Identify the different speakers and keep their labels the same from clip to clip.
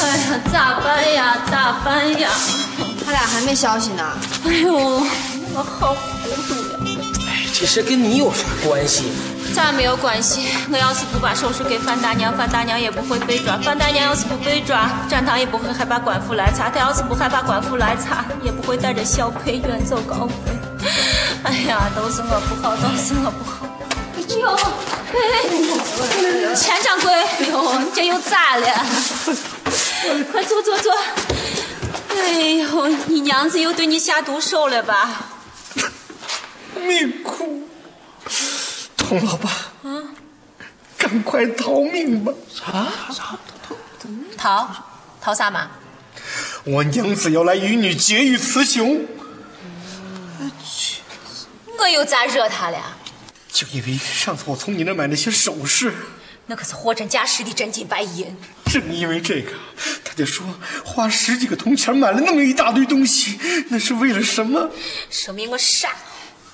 Speaker 1: 哎班呀！
Speaker 2: 他俩还没消息呢。
Speaker 1: 哎呦，我好糊涂呀！
Speaker 3: 哎，这事跟你有啥关系？
Speaker 1: 再没有关系，我要是不把首饰给范大娘，范大娘也不会被抓；范大娘要是不被抓，展堂也不会害怕官府来查；他要是不害怕官府来查，也不会带着小佩远走高飞。哎呀，都是我不好，都是我不好。哎呦，哎，钱掌柜，哎呦，这又咋了？快坐坐坐。哎呦，你娘子又对你下毒手了吧？
Speaker 3: 没哭。童老爸，啊，赶快逃命吧！
Speaker 4: 啥啥
Speaker 1: 嗯逃逃啥嘛？
Speaker 3: 我娘子要来与你决一雌雄。
Speaker 1: 嗯我又咋惹她了？
Speaker 3: 就因为上次我从你那买那些首饰，
Speaker 1: 那可是货真价实的真金白银。
Speaker 3: 正因为这个，他就说花十几个铜钱买了那么一大堆东西，那是为了什么？
Speaker 1: 说明我傻，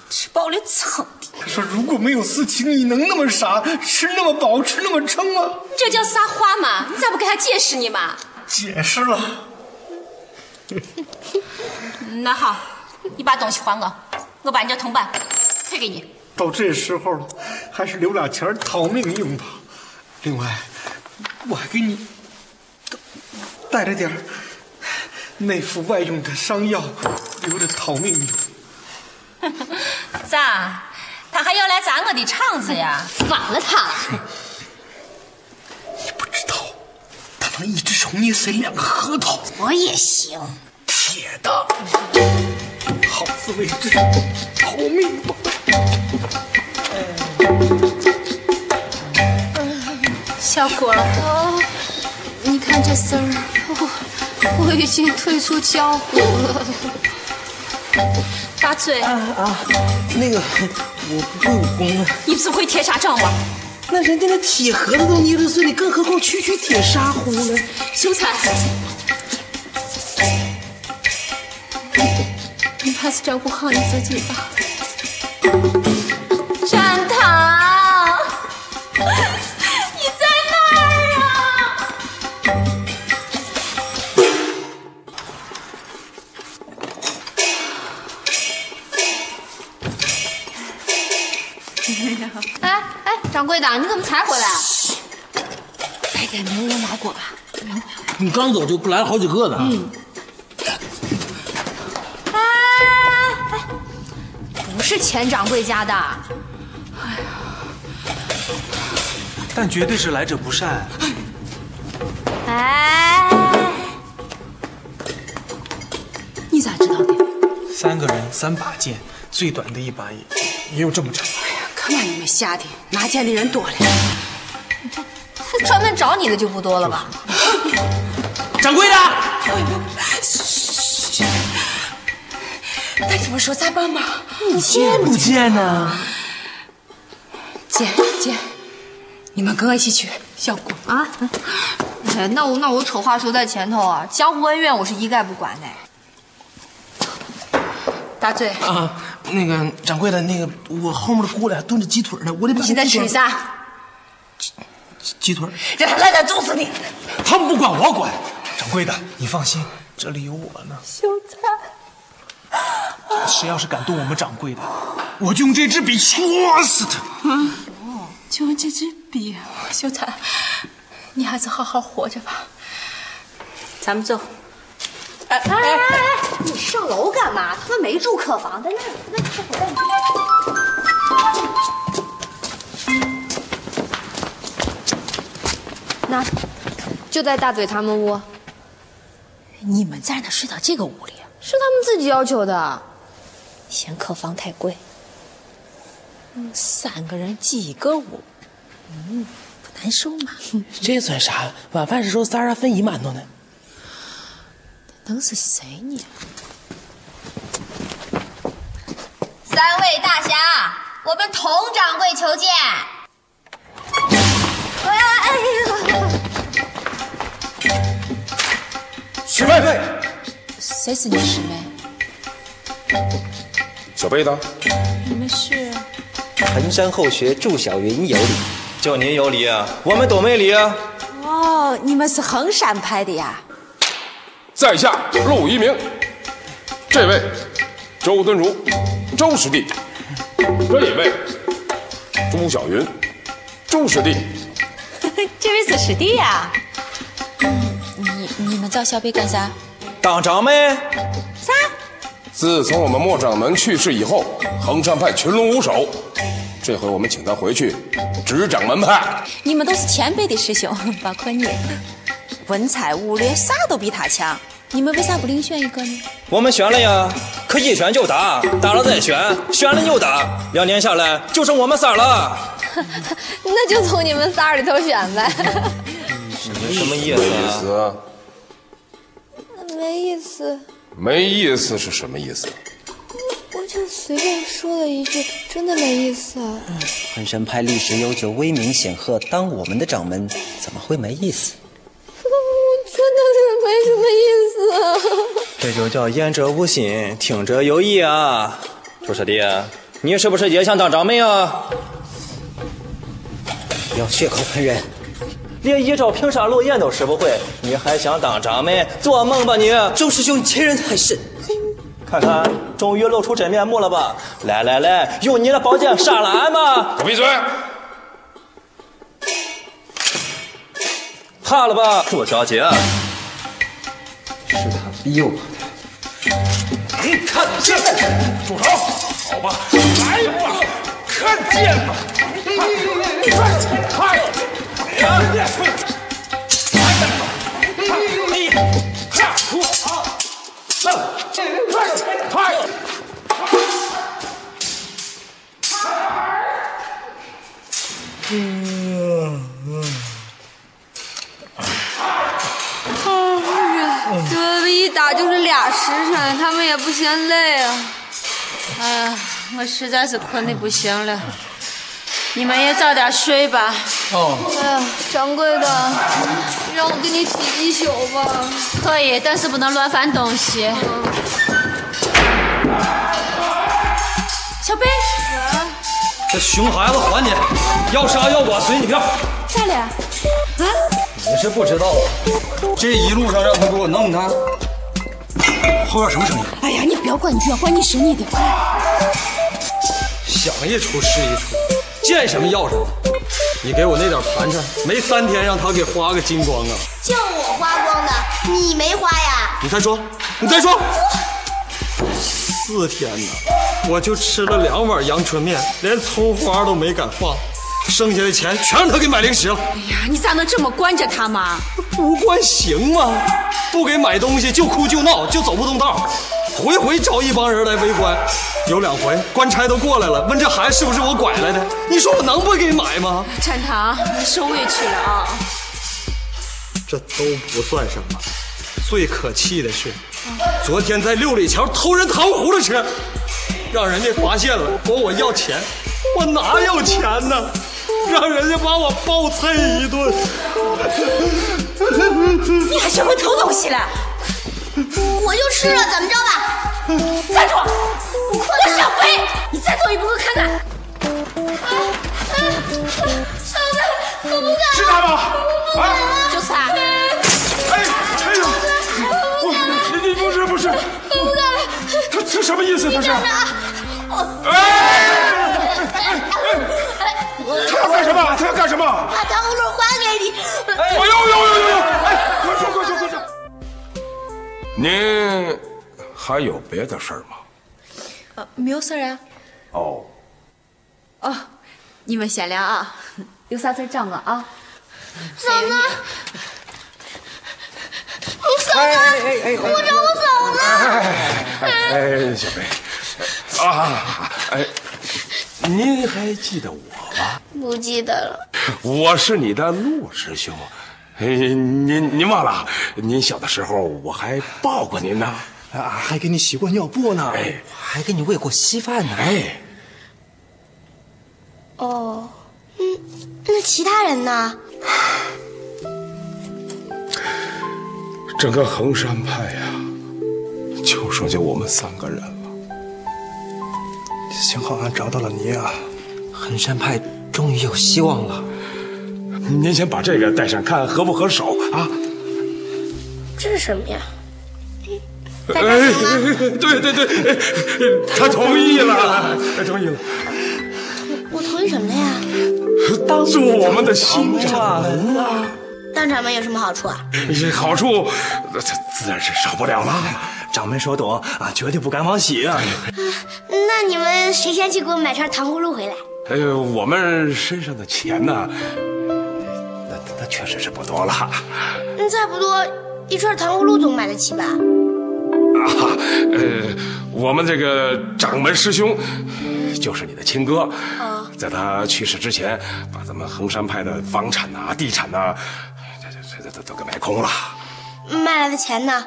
Speaker 1: 吃饱了撑的。
Speaker 3: 他说如果没有私情，你能那么傻，吃那么饱，吃那么撑吗？
Speaker 1: 你这叫撒话嘛？你咋不给他解释呢嘛？
Speaker 3: 解释了。
Speaker 1: 那好，你把东西还我，我把你这铜板退给 你。
Speaker 3: 到这时候了，还是留俩钱逃命用吧。另外，我还给你带了点儿内服外用的伤药，留着逃命
Speaker 1: 用。咋？他还要来砸我的场子呀？
Speaker 2: 反了他！
Speaker 3: 你不知道，他能一只手捏碎两个核桃。
Speaker 2: 我也行，
Speaker 3: 铁的。好自为之，逃命吧！
Speaker 1: 小果儿、
Speaker 2: 哦，你看这丝儿，哦我我已经退出江湖了。
Speaker 1: 大嘴
Speaker 4: 啊啊，那个我不会武功啊。
Speaker 1: 你不是会铁砂掌吗？
Speaker 4: 那人家那铁盒子都捏得碎，你更何况区区铁砂壶呢？
Speaker 1: 秀才，你还是照顾好你自己吧。展堂， 你在哪儿啊？
Speaker 2: 哎哎，掌柜的，你怎么才回来？啊
Speaker 1: 哎
Speaker 4: 来点牛油麻果吧。
Speaker 5: 你刚走就来了好几个呢。嗯。
Speaker 2: 哎哎，不是钱掌柜家的。
Speaker 5: 但绝对是来者不善。
Speaker 2: 哎，
Speaker 4: 你咋知道的？
Speaker 5: 三个人三把剑，最短的一把也也有这么长。
Speaker 4: 哎呀，看把你们吓的，拿剑的人多了。
Speaker 2: 他专门找你的就不多了吧？
Speaker 5: 掌柜的，
Speaker 4: 那你们说咋办吧？
Speaker 5: 你见不见呢？
Speaker 4: 见见，你们跟我一起去，小姑
Speaker 2: 啊？哎，那我那我丑话说在前头啊，江湖恩怨我是一概不管的。
Speaker 4: 大嘴，
Speaker 5: 啊，那个掌柜的，那个我后面的锅里还炖着鸡腿呢，我得把
Speaker 4: 你现在吃啥？
Speaker 5: 鸡腿，
Speaker 4: 让他烂在肚子里。
Speaker 5: 他们不管我管。掌柜的，你放心，这里有我呢。
Speaker 4: 秀才，
Speaker 5: 谁要是敢动我们掌柜的，我就用这支笔戳死他。
Speaker 1: 嗯，就用这支笔，秀才，你还是好好活着吧。咱们走。
Speaker 2: 哎哎哎！你上楼干嘛？他们没住客房，在那里。那这会儿那就在大嘴他们屋。
Speaker 4: 你们在那睡到这个屋里、啊？
Speaker 2: 是他们自己要求的。
Speaker 4: 嫌客房太贵。嗯、三个人挤一个屋，嗯，不难受吗？
Speaker 5: 这算啥？晚饭时候仨人分一馒头呢。
Speaker 4: 能是谁呢？
Speaker 6: 三位大侠，
Speaker 1: 啊
Speaker 6: 我们佟掌柜求见。哎
Speaker 3: 呀！师妹，
Speaker 4: 谁是你师妹？
Speaker 7: 小贝子。
Speaker 1: 你们是？
Speaker 8: 衡山后学祝小云有理，
Speaker 7: 就您有理啊？我们都没理啊。
Speaker 4: 哦，你们是衡山派的呀？
Speaker 7: 在下陆一鸣，这位周敦如，周师弟，这一位朱小云，朱师弟。
Speaker 1: 这位是师弟呀。你你们找小北干啥？
Speaker 8: 当长辈，
Speaker 1: 啥？
Speaker 7: 自从我们莫掌门去世以后，衡山派群龙无首。这回我们请他回去执掌门派。
Speaker 1: 你们都是前辈的师兄，包括你，文采武略啥都比他强。你们为啥不另选一个呢？
Speaker 8: 我们选了呀，可一选就打，打了再选，选了又打，两年下来就剩我们仨了。
Speaker 2: 那就从你们仨里头选呗，
Speaker 8: 什么意思
Speaker 7: 意
Speaker 8: 啊？
Speaker 7: 思
Speaker 2: 没意思。
Speaker 7: 没意思是什么意思？
Speaker 2: 我就随便说了一句，真的没意思啊。
Speaker 8: 衡山派历史悠久，威名显赫，当我们的掌门怎么会没意思？
Speaker 2: 我真的是没什么意思、
Speaker 8: 这就叫言者无心，听者有意啊！朱师弟，啊你是不是也想当长辈啊？不要血口喷人，连一招平沙落雁都使不会，你还想当长辈？做梦吧你！周师兄，你欺人太甚！看看，终于露出真面目了吧？来来来，用你的宝剑杀了俺吧！
Speaker 7: 我闭嘴！
Speaker 8: 怕了吧，朱小姐？啊是他逼我
Speaker 7: 看剑！住手！好吧，
Speaker 9: 哎
Speaker 7: 来吧，看剑吧！快！
Speaker 2: 嗯这一打就是俩时辰，他们也不嫌累啊。
Speaker 1: 哎呀，我实在是困的不行了，你们也早点睡吧。哦
Speaker 2: 哎呀，掌柜的，你让我给你洗一宿吧。
Speaker 1: 可以，但是不能乱翻东西。小贝，
Speaker 8: 这熊孩子还你，要杀要剐随你便。
Speaker 1: 咋了？啊
Speaker 9: 你是不知道，啊这一路上让他给我弄的。后边什么声音？
Speaker 10: 哎呀，你不要管这，管你是你的。
Speaker 9: 想一出是一出，见什么要什么。你给我那点盘缠，没三天让他给花个精光啊！
Speaker 11: 就我花光的，你没花呀？
Speaker 9: 你再说，你再说。四天呢，我就吃了两碗阳春面，连葱花都没敢放，剩下的钱全让他给买零食了。
Speaker 1: 哎你咋能这么惯着他嘛？
Speaker 9: 不惯行吗？不给买东西就哭就闹就走不动道，回回找一帮人来围观。有两回官差都过来了，问这孩子是不是我拐来的，你说我能不给买吗？
Speaker 1: 展堂，你受委屈了啊！
Speaker 9: 这都不算什么，最可气的是，
Speaker 1: 嗯
Speaker 9: 昨天在六里桥偷人糖葫芦吃，让人家发现了，管我要钱，我哪有钱呢？让人家把我暴揍一顿。
Speaker 1: 你还学会偷东西了？
Speaker 11: 我就吃了，怎么着吧？
Speaker 1: 站住！我小贝，你再走一步，我看看。
Speaker 4: 是他吗？啊！
Speaker 1: 就是啊，
Speaker 4: 哎哎呦！我，你不是不是，他这什么意思？他是？哎！他要干什么？他要干什么？
Speaker 11: 把糖葫芦还给你。
Speaker 4: 哎呦呦呦呦呦！哎，快说快说快说！
Speaker 7: 您还有别的事儿吗？
Speaker 1: 呃，没有事儿啊。
Speaker 7: 哦，
Speaker 1: 哦，你们闲聊啊，有啥事儿找我啊。
Speaker 11: 嫂子，你嫂子，我找我嫂子。
Speaker 7: 哎，小梅啊，哎，您还记得我吗？
Speaker 11: 不记得了，
Speaker 7: 我是你的陆师兄。哎，您您忘了？您小的时候我还抱过您呢。
Speaker 9: 啊，还给你洗过尿布呢。
Speaker 7: 哎
Speaker 8: 还给你喂过稀饭呢。
Speaker 7: 哎，
Speaker 11: 哦嗯那其他人呢？
Speaker 7: 整个衡山派呀、就剩下我们三个人了。
Speaker 9: 幸好俺找到了你啊！
Speaker 8: 衡山派终于有希望了。
Speaker 7: 您先把这个带上，看合不合手啊？
Speaker 11: 这是什么呀？大家行吗？
Speaker 7: 对对对，他同意了，他同意了。
Speaker 11: 我同意什么了呀？ 哦
Speaker 7: 做我们的新掌门啊！
Speaker 11: 当掌门有什么好处啊？
Speaker 7: 这好处，这自然是少不了了。
Speaker 12: 掌门手懂啊，绝对不敢往喜啊！
Speaker 11: 那你们谁先去给我买串糖葫芦回来？
Speaker 7: 呃，我们身上的钱呢，那那确实是不多了啊！
Speaker 11: 嗯，再不多一串糖葫芦总买得起吧？
Speaker 7: 啊呃，我们这个掌门师兄，就是你的亲哥，在他去世之前，把咱们衡山派的房产呐、地产呐、这这这这都给买空了，
Speaker 11: 嗯卖来的钱呢？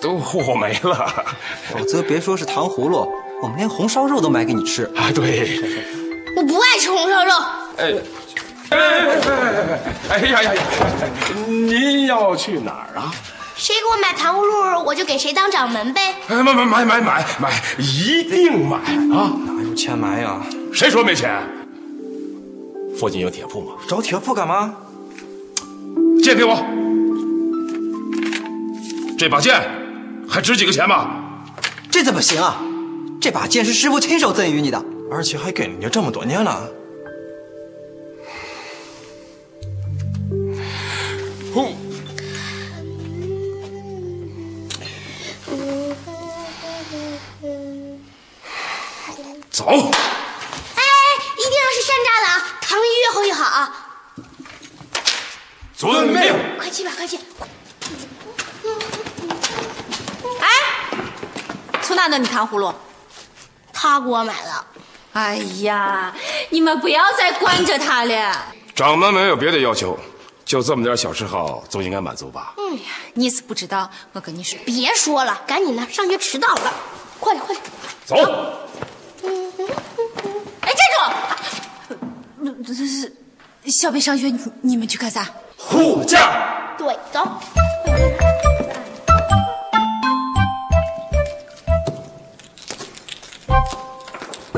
Speaker 7: 都货没了。
Speaker 13: 否则别说是糖葫芦，我们连红烧肉都买给你吃。
Speaker 7: 啊，对，
Speaker 11: 我不爱吃红烧肉，
Speaker 7: 哎呀呀呀，您要去哪儿啊？
Speaker 11: 谁给我买糖葫芦，我就给谁当掌门呗。
Speaker 7: 哎，买买买买买买，一定买啊！
Speaker 13: 哪有钱买呀？
Speaker 7: 谁说没钱？附近有铁铺吗？
Speaker 13: 找铁铺干嘛？
Speaker 7: 借给我，这把剑还值几个钱吧？
Speaker 13: 这怎么行啊？这把剑是师傅亲手赠予你的，
Speaker 12: 而且还给人家这么多年了，
Speaker 7: 哦，走。
Speaker 11: 哎，一定要是山楂的啊，糖越厚越好啊！
Speaker 7: 遵命。
Speaker 11: 快去吧，快去！
Speaker 1: 从哪弄你糖葫芦？
Speaker 11: 他给我买的，
Speaker 1: 哎呀，你们不要再关着他了。
Speaker 7: 掌门没有别的要求，就这么点小嗜好，总应该满足吧？
Speaker 11: 嗯
Speaker 1: 你是不知道，我跟你说，
Speaker 11: 别说了，赶紧的，上学迟到了，快点，快点！
Speaker 7: 走。
Speaker 1: 哎，站住！小北上学，你你们去干啥？
Speaker 14: 护驾！
Speaker 11: 对，走。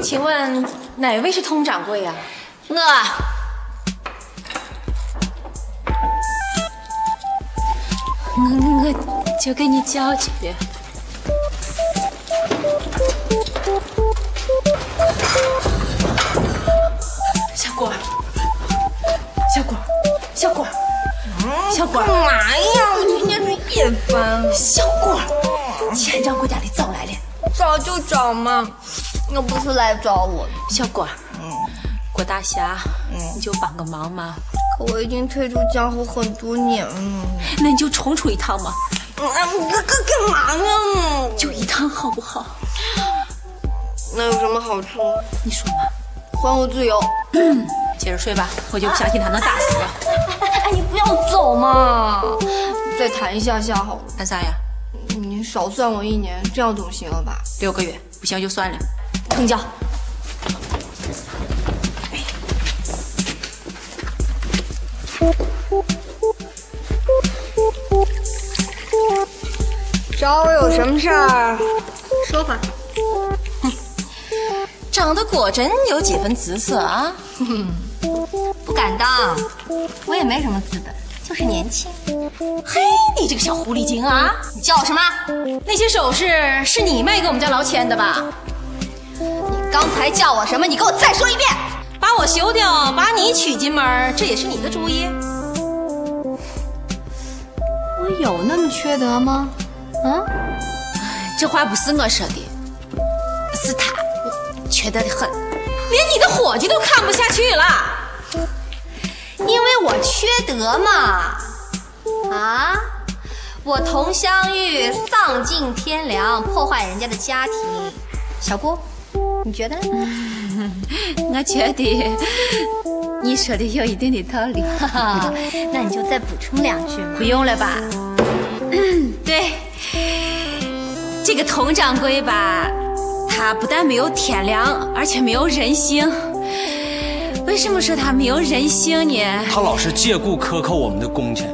Speaker 1: 请问哪位是通掌柜呀、
Speaker 2: 我
Speaker 1: 我我就给你叫去。小果儿，小果儿，小果儿，小果儿，干嘛呀？我今天是夜班。小果儿，前掌柜家里早来了。
Speaker 2: 找就找嘛，又不是来找我的，
Speaker 1: 小果儿，郭大侠，你就帮个忙嘛，
Speaker 2: 可我已经退出江湖很多年了。
Speaker 1: 那你就重出一趟嘛，
Speaker 2: 啊，你干干干嘛呢？
Speaker 1: 就一趟好不好？
Speaker 2: 那有什么好处？
Speaker 1: 你说嘛，
Speaker 2: 还我自由！嗯
Speaker 1: 接着睡吧，我就不相信他能打死我。
Speaker 2: 哎，你不要走嘛，再谈一下下好了。
Speaker 1: 干啥呀？
Speaker 2: 你少算我一年，这样总行了吧？
Speaker 1: 六个月，不行就算了。
Speaker 2: 听教。找我有什么事儿？啊说 吧。
Speaker 15: 长得果真有几分姿色啊！
Speaker 2: 不敢当，我也没什么资本，就是年轻。
Speaker 15: 嘿，你这个小狐狸精啊！
Speaker 2: 你叫什么？
Speaker 15: 那些首饰是你卖给我们家老千的吧？
Speaker 2: 你刚才叫我什么？你给我再说一遍。
Speaker 15: 把我休掉，把你娶进门儿，这也是你的主意。
Speaker 2: 我有那么缺德吗？
Speaker 1: 啊这话不是我说的，是他，缺德的很，连你的伙计都看不下去了。
Speaker 2: 因为我缺德嘛。啊！我佟湘玉丧尽天良，破坏人家的家庭。小郭，你觉得呢？
Speaker 1: 我 觉得你说的有一定的道理，
Speaker 2: 哈哈， 那你就再补充两句嘛。
Speaker 1: 不用了 吧？对，这个佟掌柜吧，他不但没有天良，而且没有人性。为什么说他没有人性呢？
Speaker 5: 他老是借故克扣我们的工钱，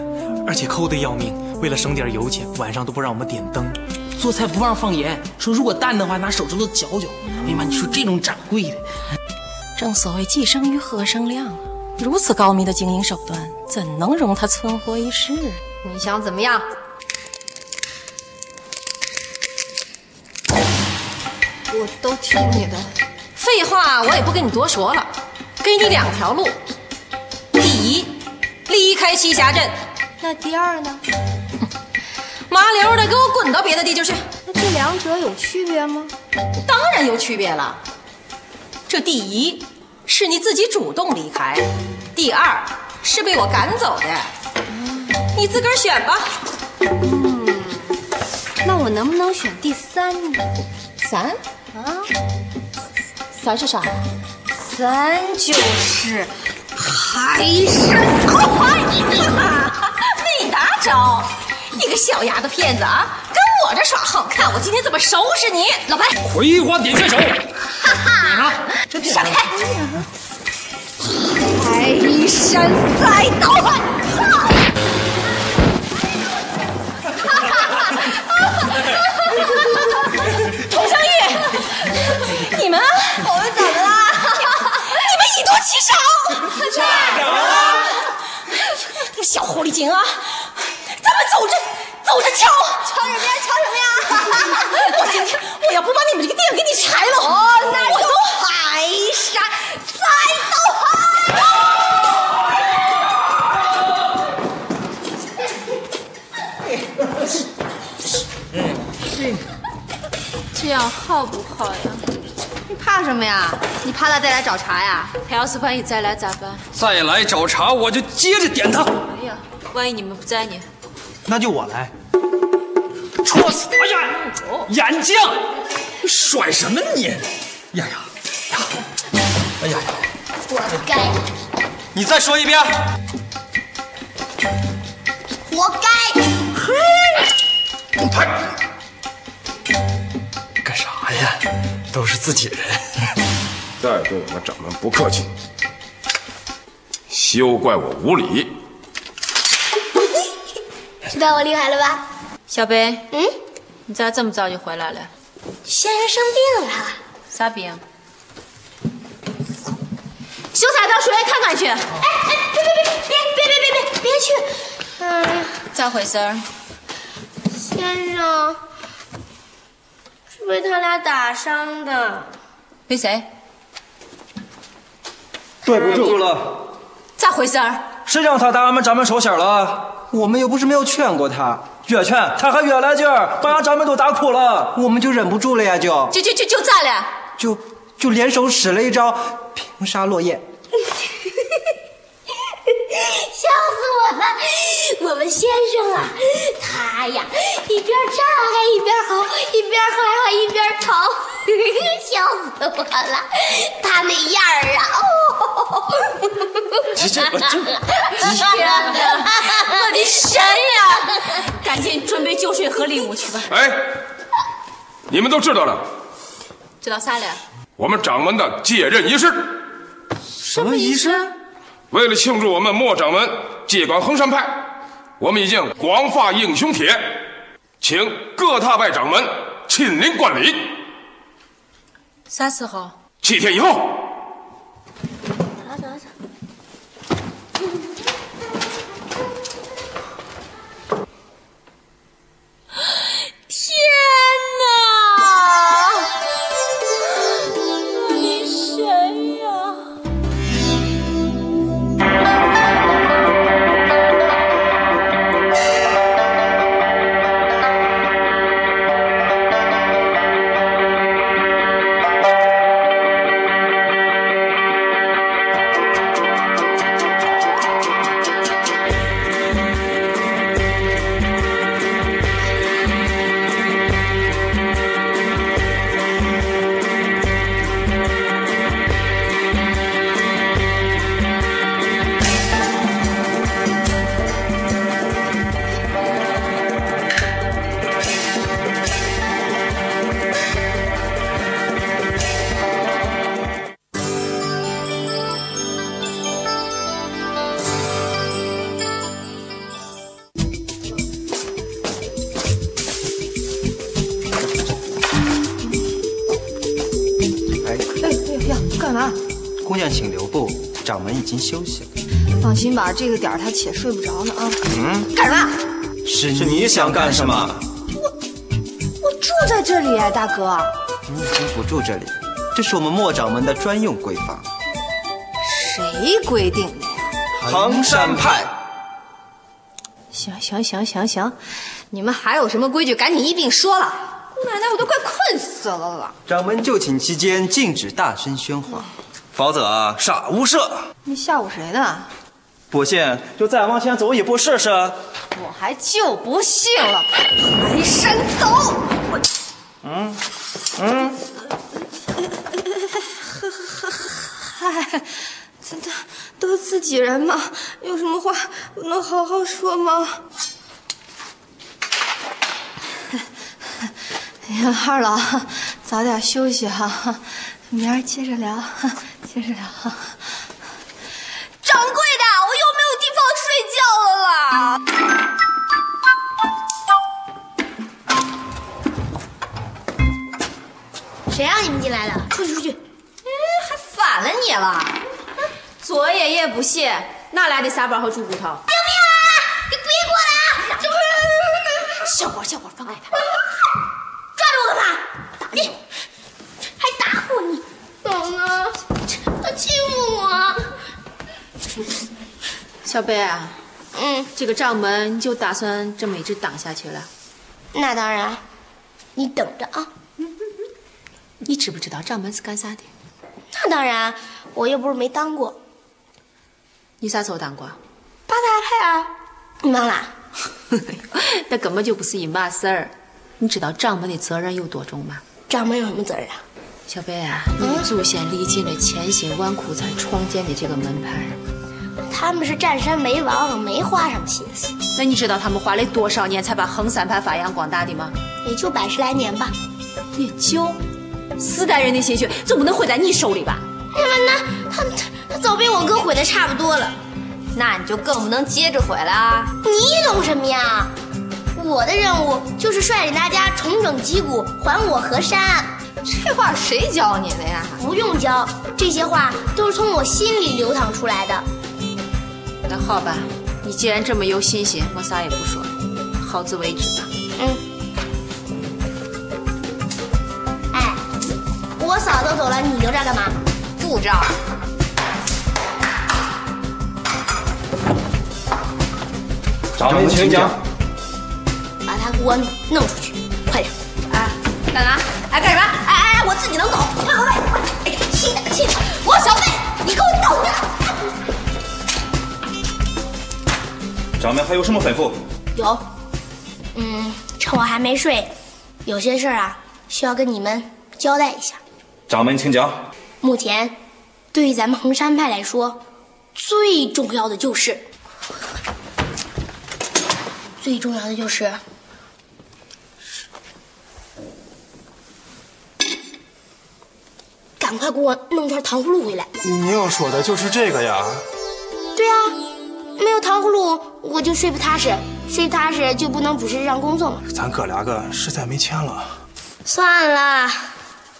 Speaker 5: 而且抠得要命。为了省点油钱，晚上都不让我们点灯，做菜不忘放盐，说如果淡的话拿手指头搅搅。哎呀妈，你说这种掌柜的，
Speaker 15: 正所谓既生瑜，何生亮啊！如此高明的经营手段，怎能容他存活一世？
Speaker 2: 你想怎么样？
Speaker 4: 我都听你的。废话，我也不跟你多说了，给你两条路：第一，离开栖霞镇；那第二呢？麻溜的，给我滚到别的地界去！
Speaker 2: 那这两者有区别吗？
Speaker 4: 当然有区别了。这第一是你自己主动离开，第二是被我赶走的，你自个儿选吧。
Speaker 2: 那我能不能选第三呢？
Speaker 4: 三
Speaker 2: 啊，
Speaker 16: 三是啥？
Speaker 2: 三就是
Speaker 4: 还是没打着，你个小丫头片子啊，跟我这耍横，看我今天怎么收拾你！老白，
Speaker 5: 葵花点穴手，
Speaker 4: 哈哈，真闪开！
Speaker 11: 排山再倒海，
Speaker 4: 佟湘玉，你们啊，我们怎么了？你们以毒欺少，站着啊！你小狐狸精啊，咱们走着走着瞧，瞧什么呀？瞧什么呀？我今天我要不把你们这个店给你拆了，哦，那我就排
Speaker 11: 哎
Speaker 4: 山再倒海。
Speaker 1: 这样好不好呀？
Speaker 4: 你怕什么呀？你怕他再来找茬呀？
Speaker 1: 他要是万一再来咋办？
Speaker 9: 再来找茬，我就接着点他。
Speaker 1: 哎呀，万一你们不在呢？
Speaker 9: 那就我来。戳死！哎呀，眼镜，甩什么你？呀呀，哎呀呀！
Speaker 11: 活该，
Speaker 9: 你再说一遍。
Speaker 11: 活该！嘿，
Speaker 9: 干啥呀？都是自己人。
Speaker 7: 再哎对我们掌门不客气，休怪我无礼。
Speaker 11: 知道我厉害了吧？
Speaker 1: 小北，嗯，你咋这么早就回来了？
Speaker 11: 先生生病了，
Speaker 1: 啥病？
Speaker 11: 秀才到书院看看
Speaker 1: 哦
Speaker 11: 去。哎哎，别别别别别别别别别去！嗯，
Speaker 1: 咋回事儿？
Speaker 11: 先生是被他俩打伤的。
Speaker 1: 被谁？
Speaker 8: 对不住了，
Speaker 1: 咋回事儿？
Speaker 8: 是让他打俺们掌门手心了。我们又不是没有劝过他，越劝他还越来劲儿，把俺掌门都打苦了，我们就忍不住了呀，就
Speaker 1: 就就就就咋了？
Speaker 8: 就就联手使了一招平沙落雁。
Speaker 11: 笑死我了！我们先生啊，他呀一边唱还一边吼，一边吼还一边逃， 笑死我了！他那样儿啊，哦，
Speaker 1: 这这这
Speaker 11: 天哪！
Speaker 1: 我的神呀！赶紧准备酒水和礼物去吧。
Speaker 7: 哎，你们都知道了，
Speaker 1: 知道啥了？
Speaker 7: 我们掌门的接任仪式。
Speaker 1: 什么仪式？
Speaker 7: 为了庆祝我们莫掌门接管衡山派，我们已经广发英雄帖，请各大派掌门亲临观礼。
Speaker 1: 啥时候？
Speaker 7: 七天以后，
Speaker 1: 天哪！我的神呀！
Speaker 2: 哎哎呀，干嘛？
Speaker 13: 姑娘请留步，掌门已经休息了。
Speaker 2: 放心吧，这个点儿他且睡不着呢啊！
Speaker 13: 嗯，
Speaker 2: 干什么？
Speaker 13: 是你想干什么？
Speaker 2: 啊我住在这里，大哥，
Speaker 13: 你已经不住这里，这是我们莫掌门的专用规范。
Speaker 2: 谁规定的？
Speaker 13: 衡山派。
Speaker 2: 行行行行行，你们还有什么规矩，赶紧一并说了。姑奶奶，我都快困死了了。
Speaker 13: 掌门就寝期间禁止大声喧哗，
Speaker 8: 否则杀无赦。
Speaker 2: 你吓唬谁呢？
Speaker 8: 不信就再往前走一步试试。
Speaker 2: 我还就不信了，排山走。我
Speaker 8: 嗯嗯，
Speaker 2: 嗨，真的都自己人嘛，有什么话能好好说吗？哎呀，二老，早点休息哈、明儿接着聊，哈接着聊哈。
Speaker 11: 掌柜的，我又没有地方睡觉了啦。
Speaker 4: 谁让你们进来的？出去出去！
Speaker 1: 哎，还反了你了！左爷爷不屑，哪来的撒宝和猪骨头？
Speaker 11: 你别过来啊！这不是
Speaker 2: 小果小果放开他，
Speaker 11: 抓住了他！打你！还打我你？懂了，他欺负我。
Speaker 1: 小贝啊，嗯，这个账门你就打算这么一直挡下去了？
Speaker 11: 那当然，你等着啊。
Speaker 1: 你知不知道账门是干啥的？
Speaker 11: 那当然，啊我又不是没当过。
Speaker 1: 你啥时候当过？
Speaker 11: 八大派啊，你忘了？
Speaker 1: 那根本就不是一码事儿。你知道掌门的责任有多重吗？
Speaker 11: 掌门有什么责任啊？
Speaker 1: 小贝啊，你祖先历尽了千辛万苦才创建的这个门派，
Speaker 11: 他们是占山为王，没花什么心思，
Speaker 1: 那你知道他们花了多少年才把衡山派发扬光大的吗？
Speaker 11: 也就百十来年吧。
Speaker 1: 也就四代人的心血，总不能毁在你手里吧？
Speaker 11: 那么呢，他他他早被我哥毁的差不多了，
Speaker 4: 那你就更不能接着毁了啊。
Speaker 11: 你懂什么呀？我的任务就是率领大家重整旗鼓，还我河山。
Speaker 4: 这话谁教你的呀？
Speaker 11: 不用教，这些话都是从我心里流淌出来的。
Speaker 1: 那好吧，你既然这么有信心，我啥也不说，好自为之吧。
Speaker 11: 哎，我嫂都走了，你留这儿干嘛？
Speaker 4: 不知道。
Speaker 8: 掌门请讲。
Speaker 11: 把他给我弄出去，快点！
Speaker 4: 哎，干啥？哎，干什么？哎哎哎，我自己能走。快快快！哎呀，气的气的！我小贝，你给我等着！
Speaker 8: 掌门还有什么吩咐？
Speaker 11: 有，嗯，趁我还没睡，有些事儿啊需要跟你们交代一下。
Speaker 8: 掌门请讲。
Speaker 11: 目前，对于咱们衡山派来说，最重要的就是，最重要的就是，赶快给我弄串糖葫芦回来。
Speaker 17: 您要说的就是这个呀？
Speaker 11: 对啊，没有糖葫芦我就睡不踏实，睡不踏实就不能主持这项工作嘛。
Speaker 17: 咱哥俩个实在没钱了，
Speaker 11: 算了，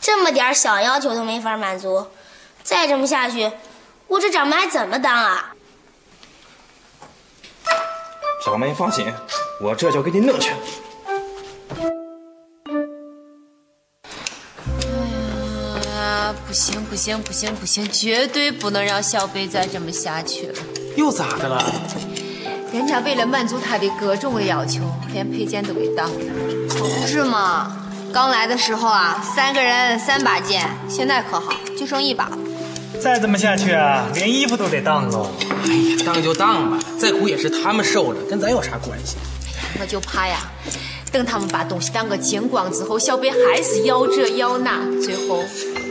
Speaker 11: 这么点儿小要求都没法满足，再这么下去，我这掌门还怎么当啊？
Speaker 8: 掌门放心，我这就给你弄去。
Speaker 1: 啊，不行不行不行不行，绝对不能让小贝再这么下去了。
Speaker 5: 又咋的了？
Speaker 1: 人家为了满足他的各种的要求，连配件都给当了。
Speaker 4: 不是嘛？刚来的时候啊，三个人三把剑，现在可好，就剩一把了。
Speaker 18: 再这么下去啊，连衣服都得当喽。
Speaker 5: 哎呀，当就当吧，再苦也是他们受着，跟咱有啥关系？
Speaker 1: 我就怕呀，等他们把东西当个精光之后，小贝还是要这要那，最后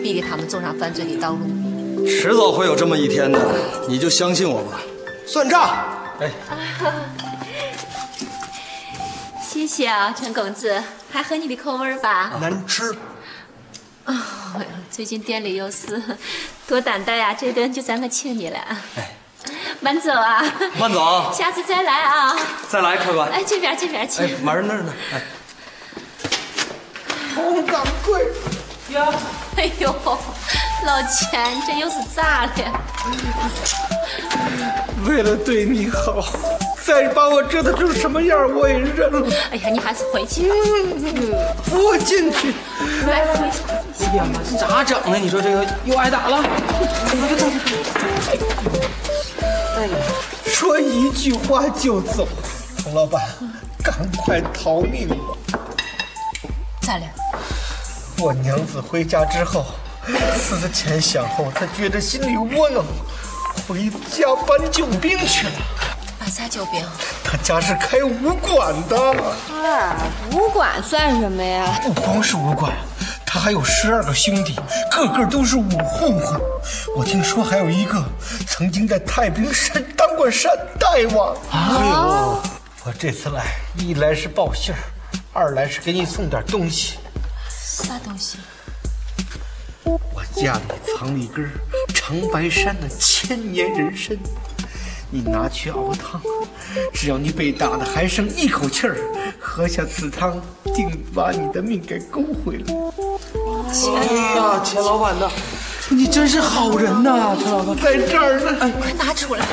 Speaker 1: 逼得他们走上犯罪的道路。
Speaker 9: 迟早会有这么一天的，你就相信我吧。算账，
Speaker 5: 哎
Speaker 1: 谢谢啊，陈公子，还合你的口味儿吧？
Speaker 17: 难吃。
Speaker 1: 哎呀最近店里有事，多担待啊，这顿就咱们请你了。
Speaker 5: 哎
Speaker 1: 慢走啊，
Speaker 13: 慢
Speaker 5: 哦
Speaker 13: 走
Speaker 1: 下次再来啊。
Speaker 13: 再来，客官。
Speaker 1: 哎，这边这边，请。
Speaker 13: 哎，马上那儿呢。哎，
Speaker 1: 红掌柜呀！哎呦，老钱，这又是咋了？
Speaker 3: 为了对你好，再把我折腾成什么样，我也认了。
Speaker 1: 哎呀，你还是回去吧。
Speaker 3: 扶我进去。
Speaker 1: 来，回去。
Speaker 5: 哎呀妈，这咋整呢？你说这个又挨打了。
Speaker 3: 说一句话就走，程老板，赶快逃命吧！
Speaker 16: 咋了？
Speaker 3: 我娘子回家之后，思前想后，她觉得心里窝囊，回家搬救兵去了。
Speaker 16: 搬啥救兵？
Speaker 3: 她家是开武馆的，
Speaker 2: 啊武馆算什么呀？
Speaker 3: 不光是武馆，她还有十二个兄弟，个个都是武混混。我听说还有一个曾经在太平山当过山大王。哎呦，我这次来，一来是报信儿，二来是给你送点东西。
Speaker 16: 啥东西？
Speaker 3: 我家里藏了一根长白山的千年人参，你拿去熬汤，只要你被打的还剩一口气儿，喝下此汤，定把你的命给勾回来。
Speaker 5: 哎呀，钱老板呐，你真是好人呐，钱老板
Speaker 3: 在这儿呢。
Speaker 5: 哎，
Speaker 16: 快拿出来！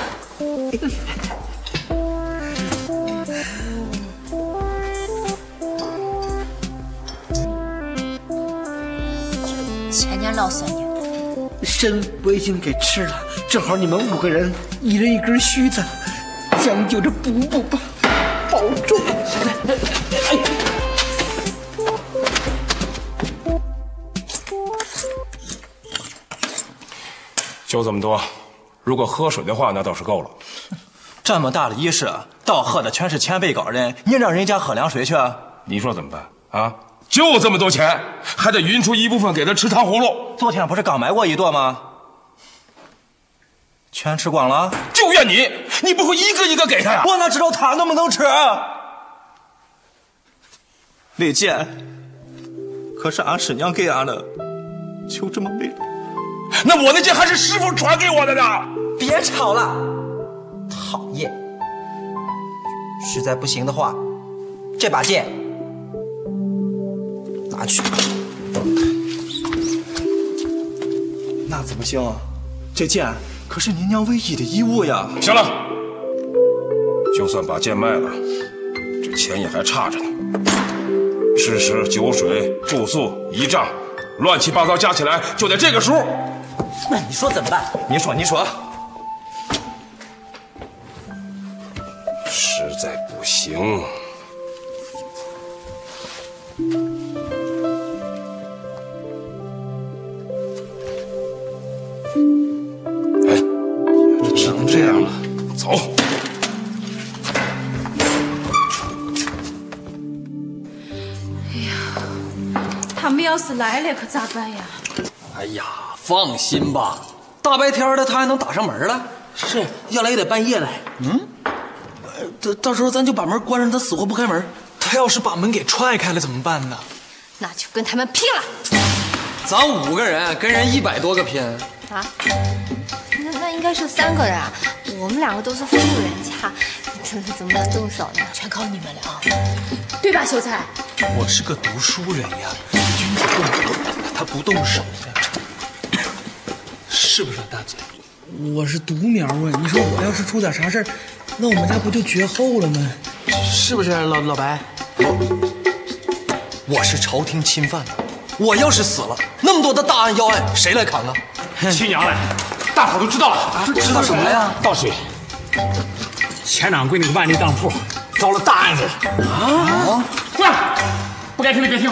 Speaker 16: 前年老三年，
Speaker 3: 参我已经给吃了，正好你们五个人一人一根须子，将就着补补吧，保重。
Speaker 7: 就这么多，如果喝水的话，那倒是够了。
Speaker 8: 这么大的一市，倒喝的全是前辈高人，你让人家喝凉水去？
Speaker 7: 你说怎么办啊？就这么多钱，还得匀出一部分给他吃糖葫芦。
Speaker 8: 昨天不是刚买过一垛吗？全吃光了？
Speaker 7: 就怨你，你不会一个一个给他呀？
Speaker 8: 我哪知道他能不能吃？
Speaker 5: 啊
Speaker 8: 李健，可是俺师娘给俺的，就这么没了。
Speaker 7: 那我那件还是师傅传给我的呢。
Speaker 8: 别吵了，讨厌！实在不行的话，这把剑拿去吧。那怎么行、啊？这剑可是您娘唯一的遗物呀！
Speaker 7: 行了，就算把剑卖了，这钱也还差着呢。吃食、酒水、住宿、仪仗，乱七八糟加起来就得这个数。
Speaker 8: 那你说怎么办？你说，你说，
Speaker 7: 实在不行，
Speaker 9: 这只能这样了。
Speaker 7: 走。
Speaker 1: 他们要是来了可咋办呀？
Speaker 19: 哎呀，放心吧，大白天的他还能打上门来？
Speaker 5: 是，要来也得半夜来。
Speaker 19: 嗯，
Speaker 5: 呃到到时候咱就把门关上，他死活不开门。他要是把门给踹开了怎么办呢？
Speaker 2: 那就跟他们拼了！
Speaker 19: 咱五个人跟人一百多个拼，
Speaker 2: 啊，那那应该是三个人啊，我们两个都是富人家，怎么怎么能动手呢？
Speaker 16: 全靠你们了啊！
Speaker 2: 对吧，秀才？
Speaker 8: 我是个读书人呀，君子动口，他不动手的，是不是大嘴？
Speaker 5: 我是独苗啊，你说我要是出点啥事儿，那我们家不就绝后了吗？是不是老老白？
Speaker 19: 我是朝廷钦犯的，我要是死了，那么多的大案要案，谁来扛啊？
Speaker 20: 亲娘嘞，大伙都知道了，
Speaker 19: 知道什么了呀？
Speaker 20: 倒水，钱掌柜那个万利当铺遭了大案子啊！过来，不该听的别听，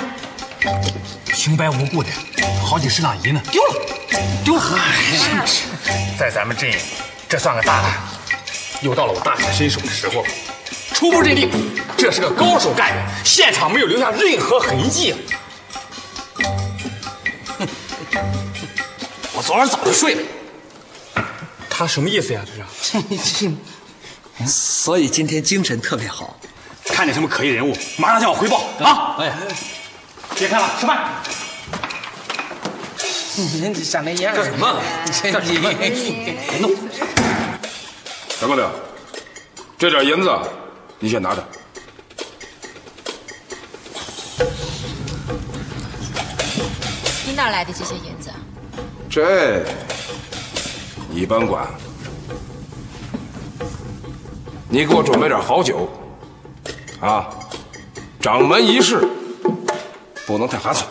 Speaker 20: 平白无故的，好几十两银呢，丢了，丢了！
Speaker 19: 哎
Speaker 20: 在咱们镇，这算个大案，又到了我大显身手的时候了。初步认定，这是个高手干的，现场没有留下任何痕迹啊。我昨晚早就睡了。他什么意思呀？这是？
Speaker 19: 嗯所以 今天精神特别好。
Speaker 20: 看见什么可疑人物，马上向我汇报啊！
Speaker 19: 哎，
Speaker 20: 别看了，吃饭。
Speaker 5: 你这长那样
Speaker 19: 干什么？
Speaker 5: 干什么？别
Speaker 19: 弄！
Speaker 7: 小姑娘，这点银子你先拿着。
Speaker 16: 你哪来的这些银子啊？
Speaker 7: 这你甭管，你给我准备点好酒，啊，掌门仪式不能太寒碜。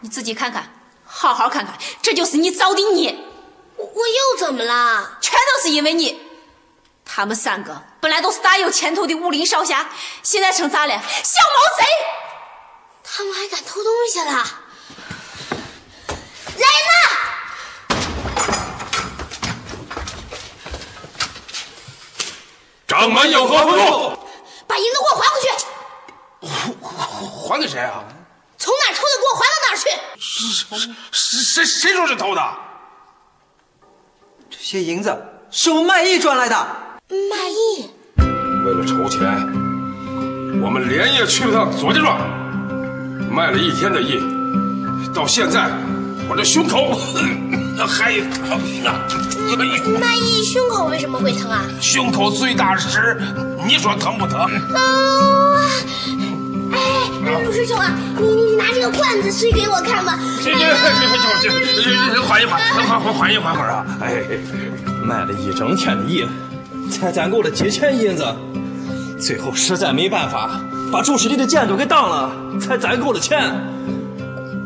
Speaker 1: 你自己看看，好好看看，这就是你找的孽。
Speaker 11: 我又怎么啦？
Speaker 1: 全都是因为你。他们三个本来都是大有前途的武林少侠，现在成咋了？小毛贼！
Speaker 11: 他们还敢偷东西了！来人
Speaker 7: 掌门有何吩咐？
Speaker 11: 呐，把银子给我还回去！
Speaker 7: 还给谁啊？
Speaker 11: 从哪儿偷的给我还到哪儿去！
Speaker 7: 谁谁说是偷的？
Speaker 13: 这些银子是我卖艺赚来的。
Speaker 11: 卖艺，
Speaker 7: 为了筹钱，我们连夜去了趟左家庄，卖了一天的艺，到现在我这胸口还疼呢。
Speaker 11: 卖艺胸口为什么会疼啊？
Speaker 7: 胸口最大时，你说疼不疼？
Speaker 11: 啊！哎，陆师兄啊，你你拿这个罐子吹给我看吧。
Speaker 7: 这这这这这缓一缓，缓缓缓一缓会儿啊！哎，
Speaker 8: 卖了一整天的艺，才攒够了几千银子，最后实在没办法，把住持地的建筑给当了，才攒够了钱。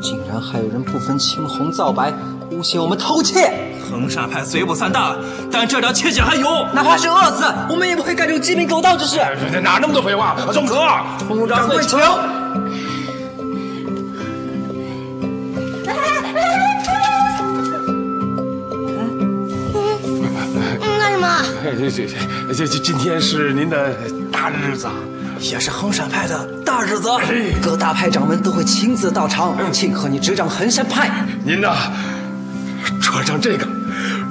Speaker 13: 竟然还有人不分青红皂白诬陷我们偷窃！
Speaker 8: 衡山派虽不算大，但这点窃喜还有。
Speaker 13: 哪怕是饿死，我们也不会干这种鸡鸣狗盗之事。
Speaker 7: 哎哪那么多废话？纵哥，啊
Speaker 13: 佟掌柜，请。
Speaker 11: 嗯，干什么？
Speaker 7: 哎这这这这这今天是您的大日子啊，
Speaker 13: 也是衡山派的大日子，
Speaker 7: 哎
Speaker 13: 各大派掌门都会亲自到场，
Speaker 7: 嗯
Speaker 13: 庆贺你执掌衡山派。
Speaker 7: 您呐，穿上这个，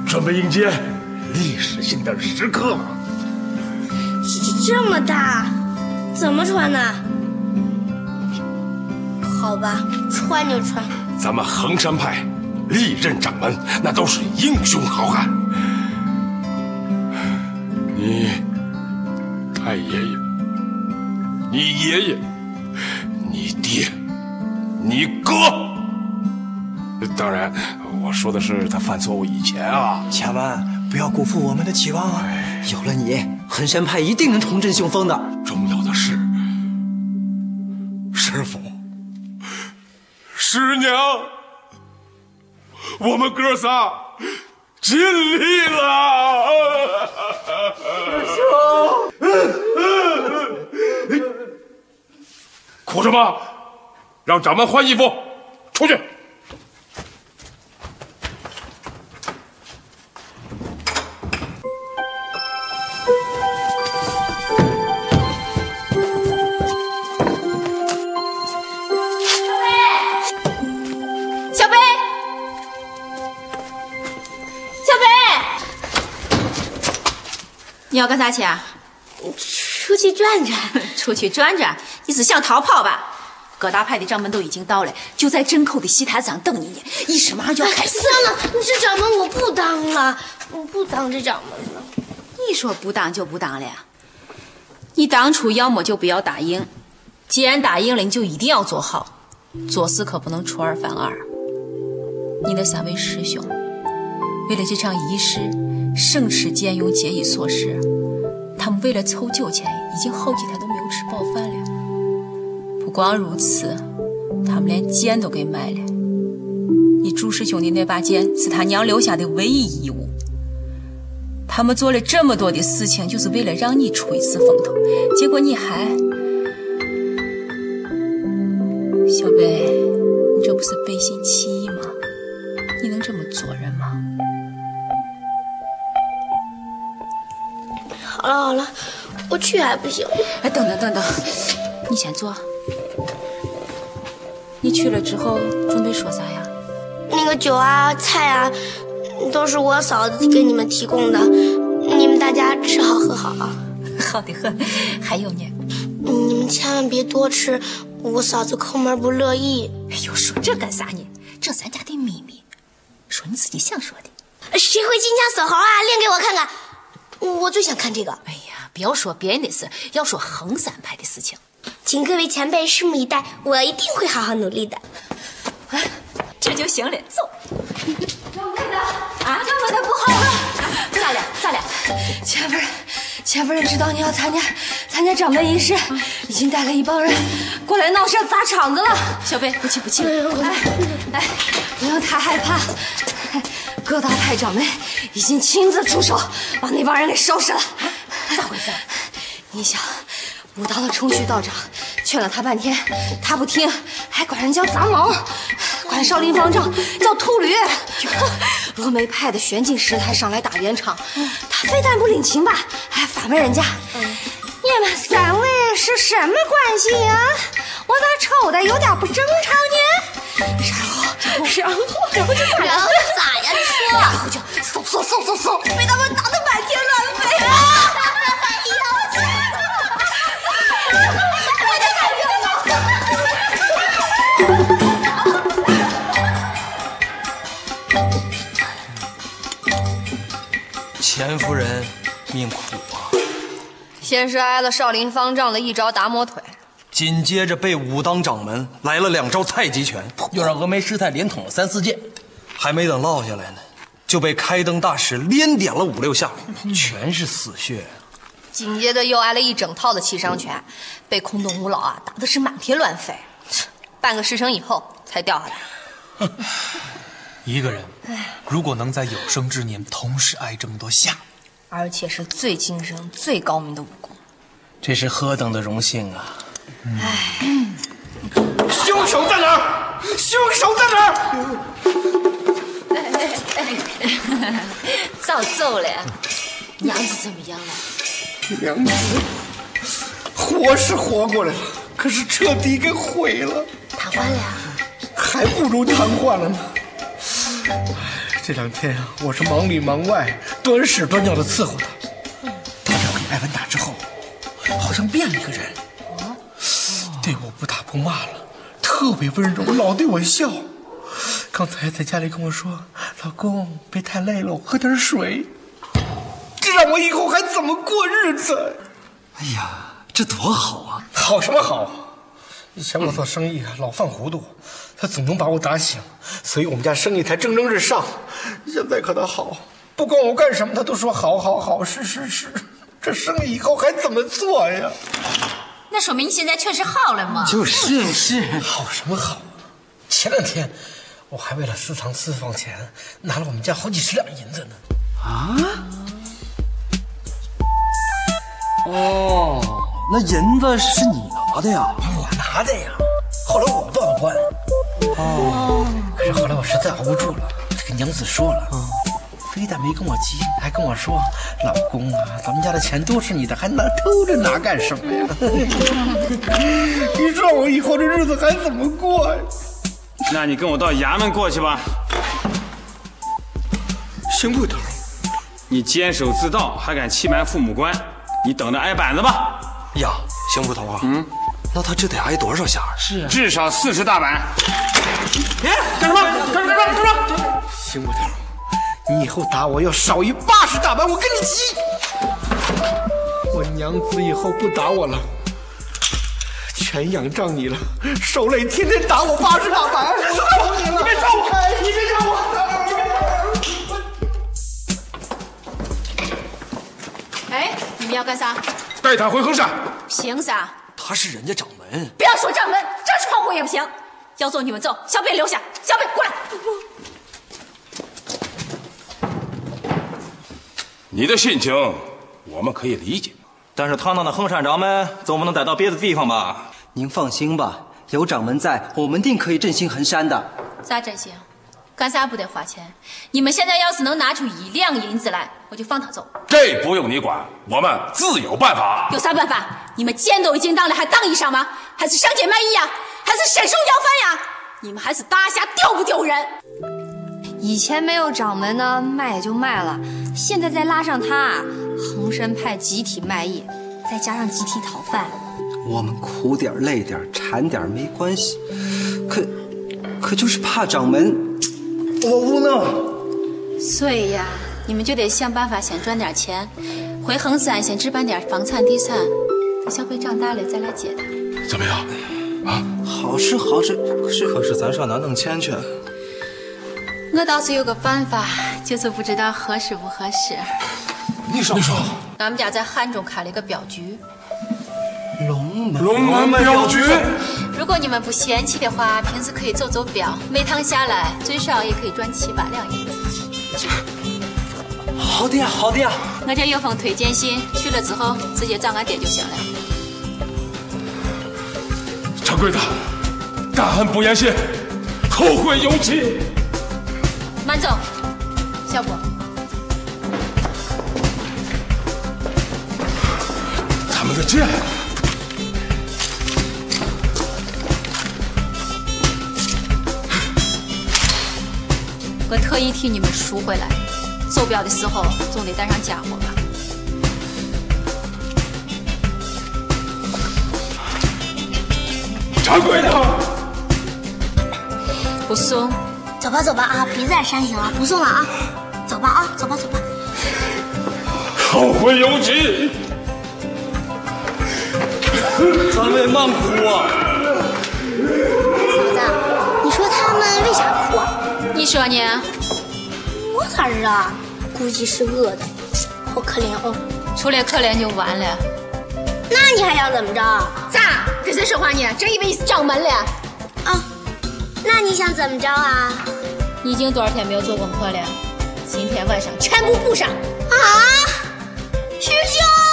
Speaker 7: 准备迎接历史性的时刻。
Speaker 11: 这这么大，怎么穿呢？好吧，穿就穿。
Speaker 7: 咱们衡山派历任掌门那都是英雄好汉，你太爷爷，你爷爷，你爹，你哥。呃当然，我说的是他犯错误以前啊。哎
Speaker 13: 千万不要辜负我们的期望啊！有了你，衡山派一定能重振雄风的。
Speaker 7: 重要的是，师傅，师娘，我们哥仨尽力了。哭什么？让掌门换衣服，出去。
Speaker 1: 小北，小北，你要干啥去啊？
Speaker 11: 出去转 转，
Speaker 1: 出去转转，你是想逃跑吧？各大派的掌门都已经到了，就在镇口的戏台上等你呢。仪式马上就要开始。
Speaker 11: 哎算了，这掌门我不当了，我不当这掌门了。
Speaker 1: 你说不当就不当了呀？你当初要么就不要答应，既然答应了，你就一定要做好，做事可不能出尔反尔。你那三位师兄，为了这场仪式，省吃俭用，节衣缩食，他们为了凑酒钱，已经好几天都没有吃饱饭了。不光如此，他们连剑都给卖了。你朱师兄的那把剑是他娘留下的唯一遗物。他们做了这么多的事情，就是为了让你出一次风头，结果你还……小北，你这不是背信弃义吗？你能这么做人吗？
Speaker 11: 好了好了，我去还不行？
Speaker 1: 哎，等等等等，你先坐。你去了之后准备说啥呀？
Speaker 11: 那个酒啊、菜啊，都是我嫂子给你们提供的，你们大家吃好喝好啊。嗯
Speaker 1: 好的 很，还有呢？
Speaker 11: 你们千万别多吃，我嫂子抠门不乐意。
Speaker 1: 哎呦，说这干啥呢？这咱家的秘密，说你自己想说的。
Speaker 11: 呃谁会金枪锁喉啊？练给我看看，我最想看这个。
Speaker 1: 哎呀，不要说别人的事，要说衡山派的事情。
Speaker 11: 请各位前辈拭目以待，我一定会好好努力的。
Speaker 1: 哎这就行了，走。
Speaker 11: 我的啊，我的不好了，
Speaker 2: 咱俩，咱俩，前夫人，前夫人知道你要参加参加掌门仪式，已经带了一帮人过来闹事砸场子了。
Speaker 1: 小贝，不气不气，
Speaker 2: 哎哎，不用太害怕，各大派掌门已经亲自出手把那帮人给收拾了。
Speaker 16: 咋回事？
Speaker 2: 你想，武道的冲虚道长劝了他半天，他不听，还管人叫杂毛，管少林方丈叫秃驴。峨眉派的玄净师太上来打圆场，他非但不领情吧，还反问人家：“你们三位是什么关系呀、我咋瞅的有点不正常呢？”然后，然后，然后就咋
Speaker 11: 然
Speaker 2: 了
Speaker 11: 后？咋呀？你说，
Speaker 2: 然后就嗖嗖嗖嗖嗖，被他们打得满天乱飞。
Speaker 19: 钱夫人命苦啊，
Speaker 2: 先是挨了少林方丈的一招达摩腿，
Speaker 19: 紧接着被武当掌门来了两招太极拳，又让峨眉师太连捅了三四剑，还没等落下来呢，就被开灯大师连点了五六下，全是死穴。
Speaker 2: 紧接着又挨了一整套的七伤拳，被空洞五老啊打的是满天乱飞，半个时辰以后才掉下来。
Speaker 17: 一个人
Speaker 2: 哎
Speaker 17: 如果能在有生之年同时挨这么多下，
Speaker 2: 而且是最精深、最高明的武功。
Speaker 17: 这是何等的荣幸啊！
Speaker 3: 凶手在哪儿？凶手在哪儿？
Speaker 1: 早揍了，娘子怎么样了？
Speaker 3: 娘子，活是活过来了，可是彻底给毁了，
Speaker 11: 瘫痪了呀。
Speaker 3: 还不如瘫痪了呢。这两天啊，我是忙里忙外，端屎端尿的伺候他。他让给艾文打之后，好像变了一个人，
Speaker 11: 哦
Speaker 3: 对我不打不骂了，特别温柔，老对我笑。刚才在家里跟我说：“老公，别太累了，我喝点水。”这让我以后还怎么过日子？
Speaker 19: 哎呀，这多好啊！
Speaker 3: 好什么好啊？以前我做生意啊，老犯糊涂，他总能把我打醒，所以我们家生意才蒸蒸日上。现在可倒好，不管我干什么，他都说好好好，是是是。这生意以后还怎么做呀？
Speaker 11: 那说明你现在确实好了嘛？
Speaker 3: 是是，好什么好啊？前两天我还为了私藏私房钱，拿了我们家好几十两银子呢。
Speaker 19: 啊？哦，那银子是你拿的呀？
Speaker 3: 我拿的呀。后来我报了官，哦，可是后来我实在熬不住了，跟娘子说了，
Speaker 19: 嗯
Speaker 3: 非但没跟我急，还跟我说，老公啊，咱们家的钱都是你的，还拿偷着拿干什么呀？ 你说我以后这日子还怎么过呀？
Speaker 21: 那你跟我到衙门过去吧。
Speaker 3: 邢捕头，
Speaker 21: 你监守自盗，还敢欺瞒父母官，你等着挨板子吧！
Speaker 19: 呀，邢捕头啊，嗯，那他这得挨多少下？是啊，
Speaker 21: 至少四十大板。
Speaker 3: 哎，干什么？干什么？干什么？邢捕头，你以后打我要少于八十大板，我跟你急。我娘子以后不打我了，全仰仗你了，受累天天打我八十大板，我求你了！你别打我，你别打我！
Speaker 1: 哎，你们要干啥？
Speaker 7: 带他回衡山。
Speaker 1: 凭啥？
Speaker 19: 他是人家掌门，
Speaker 1: 不要说掌门，这窗户也不行。要揍你们揍，小北留下，小北过来。
Speaker 7: 你的心情我们可以理解，
Speaker 8: 但是堂堂的横山掌门，总不能逮到别的地方吧？
Speaker 13: 您放心吧，有掌门在，我们定可以振兴衡山的。
Speaker 1: 咋真行？干啥不得花钱？你们现在要是能拿出一两银子来，我就放他走。
Speaker 7: 这不用你管，我们自有办法。
Speaker 1: 有啥办法？你们剑都已经当了，还当衣裳吗？还是上街卖艺呀？还是伸手要饭呀？你们还是大侠丢不丢人？
Speaker 2: 以前没有掌门呢，卖也就卖了，现在再拉上他啊，恒山派集体卖艺，再加上集体讨饭，
Speaker 13: 我们苦点儿累点儿馋点儿没关系，可可就是怕掌门，我无能。
Speaker 1: 所以呀，你们就得想办法先赚点钱，回衡山先置办点房产地产，等小北长大了再来接他。
Speaker 7: 怎么样？
Speaker 19: 好是好是，可是可是咱上哪弄钱去？
Speaker 22: 我倒是有个办法，就是不知道合适不合适。
Speaker 19: 你说说，
Speaker 1: 俺们家在汉中开了一个镖局，
Speaker 19: 龙门
Speaker 9: 龙门镖局，
Speaker 1: 如果你们不嫌弃的话，平时可以走走镖，每趟下来最少也可以赚七八两银子。
Speaker 19: 好的呀，好的呀。
Speaker 1: 我这有封推荐信，去了之后直接找俺爹就行了。
Speaker 7: 掌柜的，大汉不言谢，后会有期。
Speaker 1: 慢走，小波，
Speaker 7: 他们的剑，
Speaker 1: 我特意替你们赎回来。走镖的时候总得带上家伙吧？
Speaker 7: 掌柜的，
Speaker 1: 不送。
Speaker 11: 走吧走吧啊，别再煽情了，不送了啊，走吧啊，走吧走吧。
Speaker 7: 后会有期。
Speaker 19: 三位慢哭啊！
Speaker 11: 你说他们为啥哭啊？
Speaker 1: 你说呢？
Speaker 11: 我哪知道啊？估计是饿的，好可怜哦。
Speaker 1: 除了可怜就完了。
Speaker 11: 那你还想怎么着？
Speaker 1: 咋？跟谁说话呢？真以为你是掌门了？
Speaker 11: 啊？那你想怎么着啊？
Speaker 1: 你已经多少天没有做功课了？今天晚上全部补上。
Speaker 11: 啊，师兄。哎哎哦啊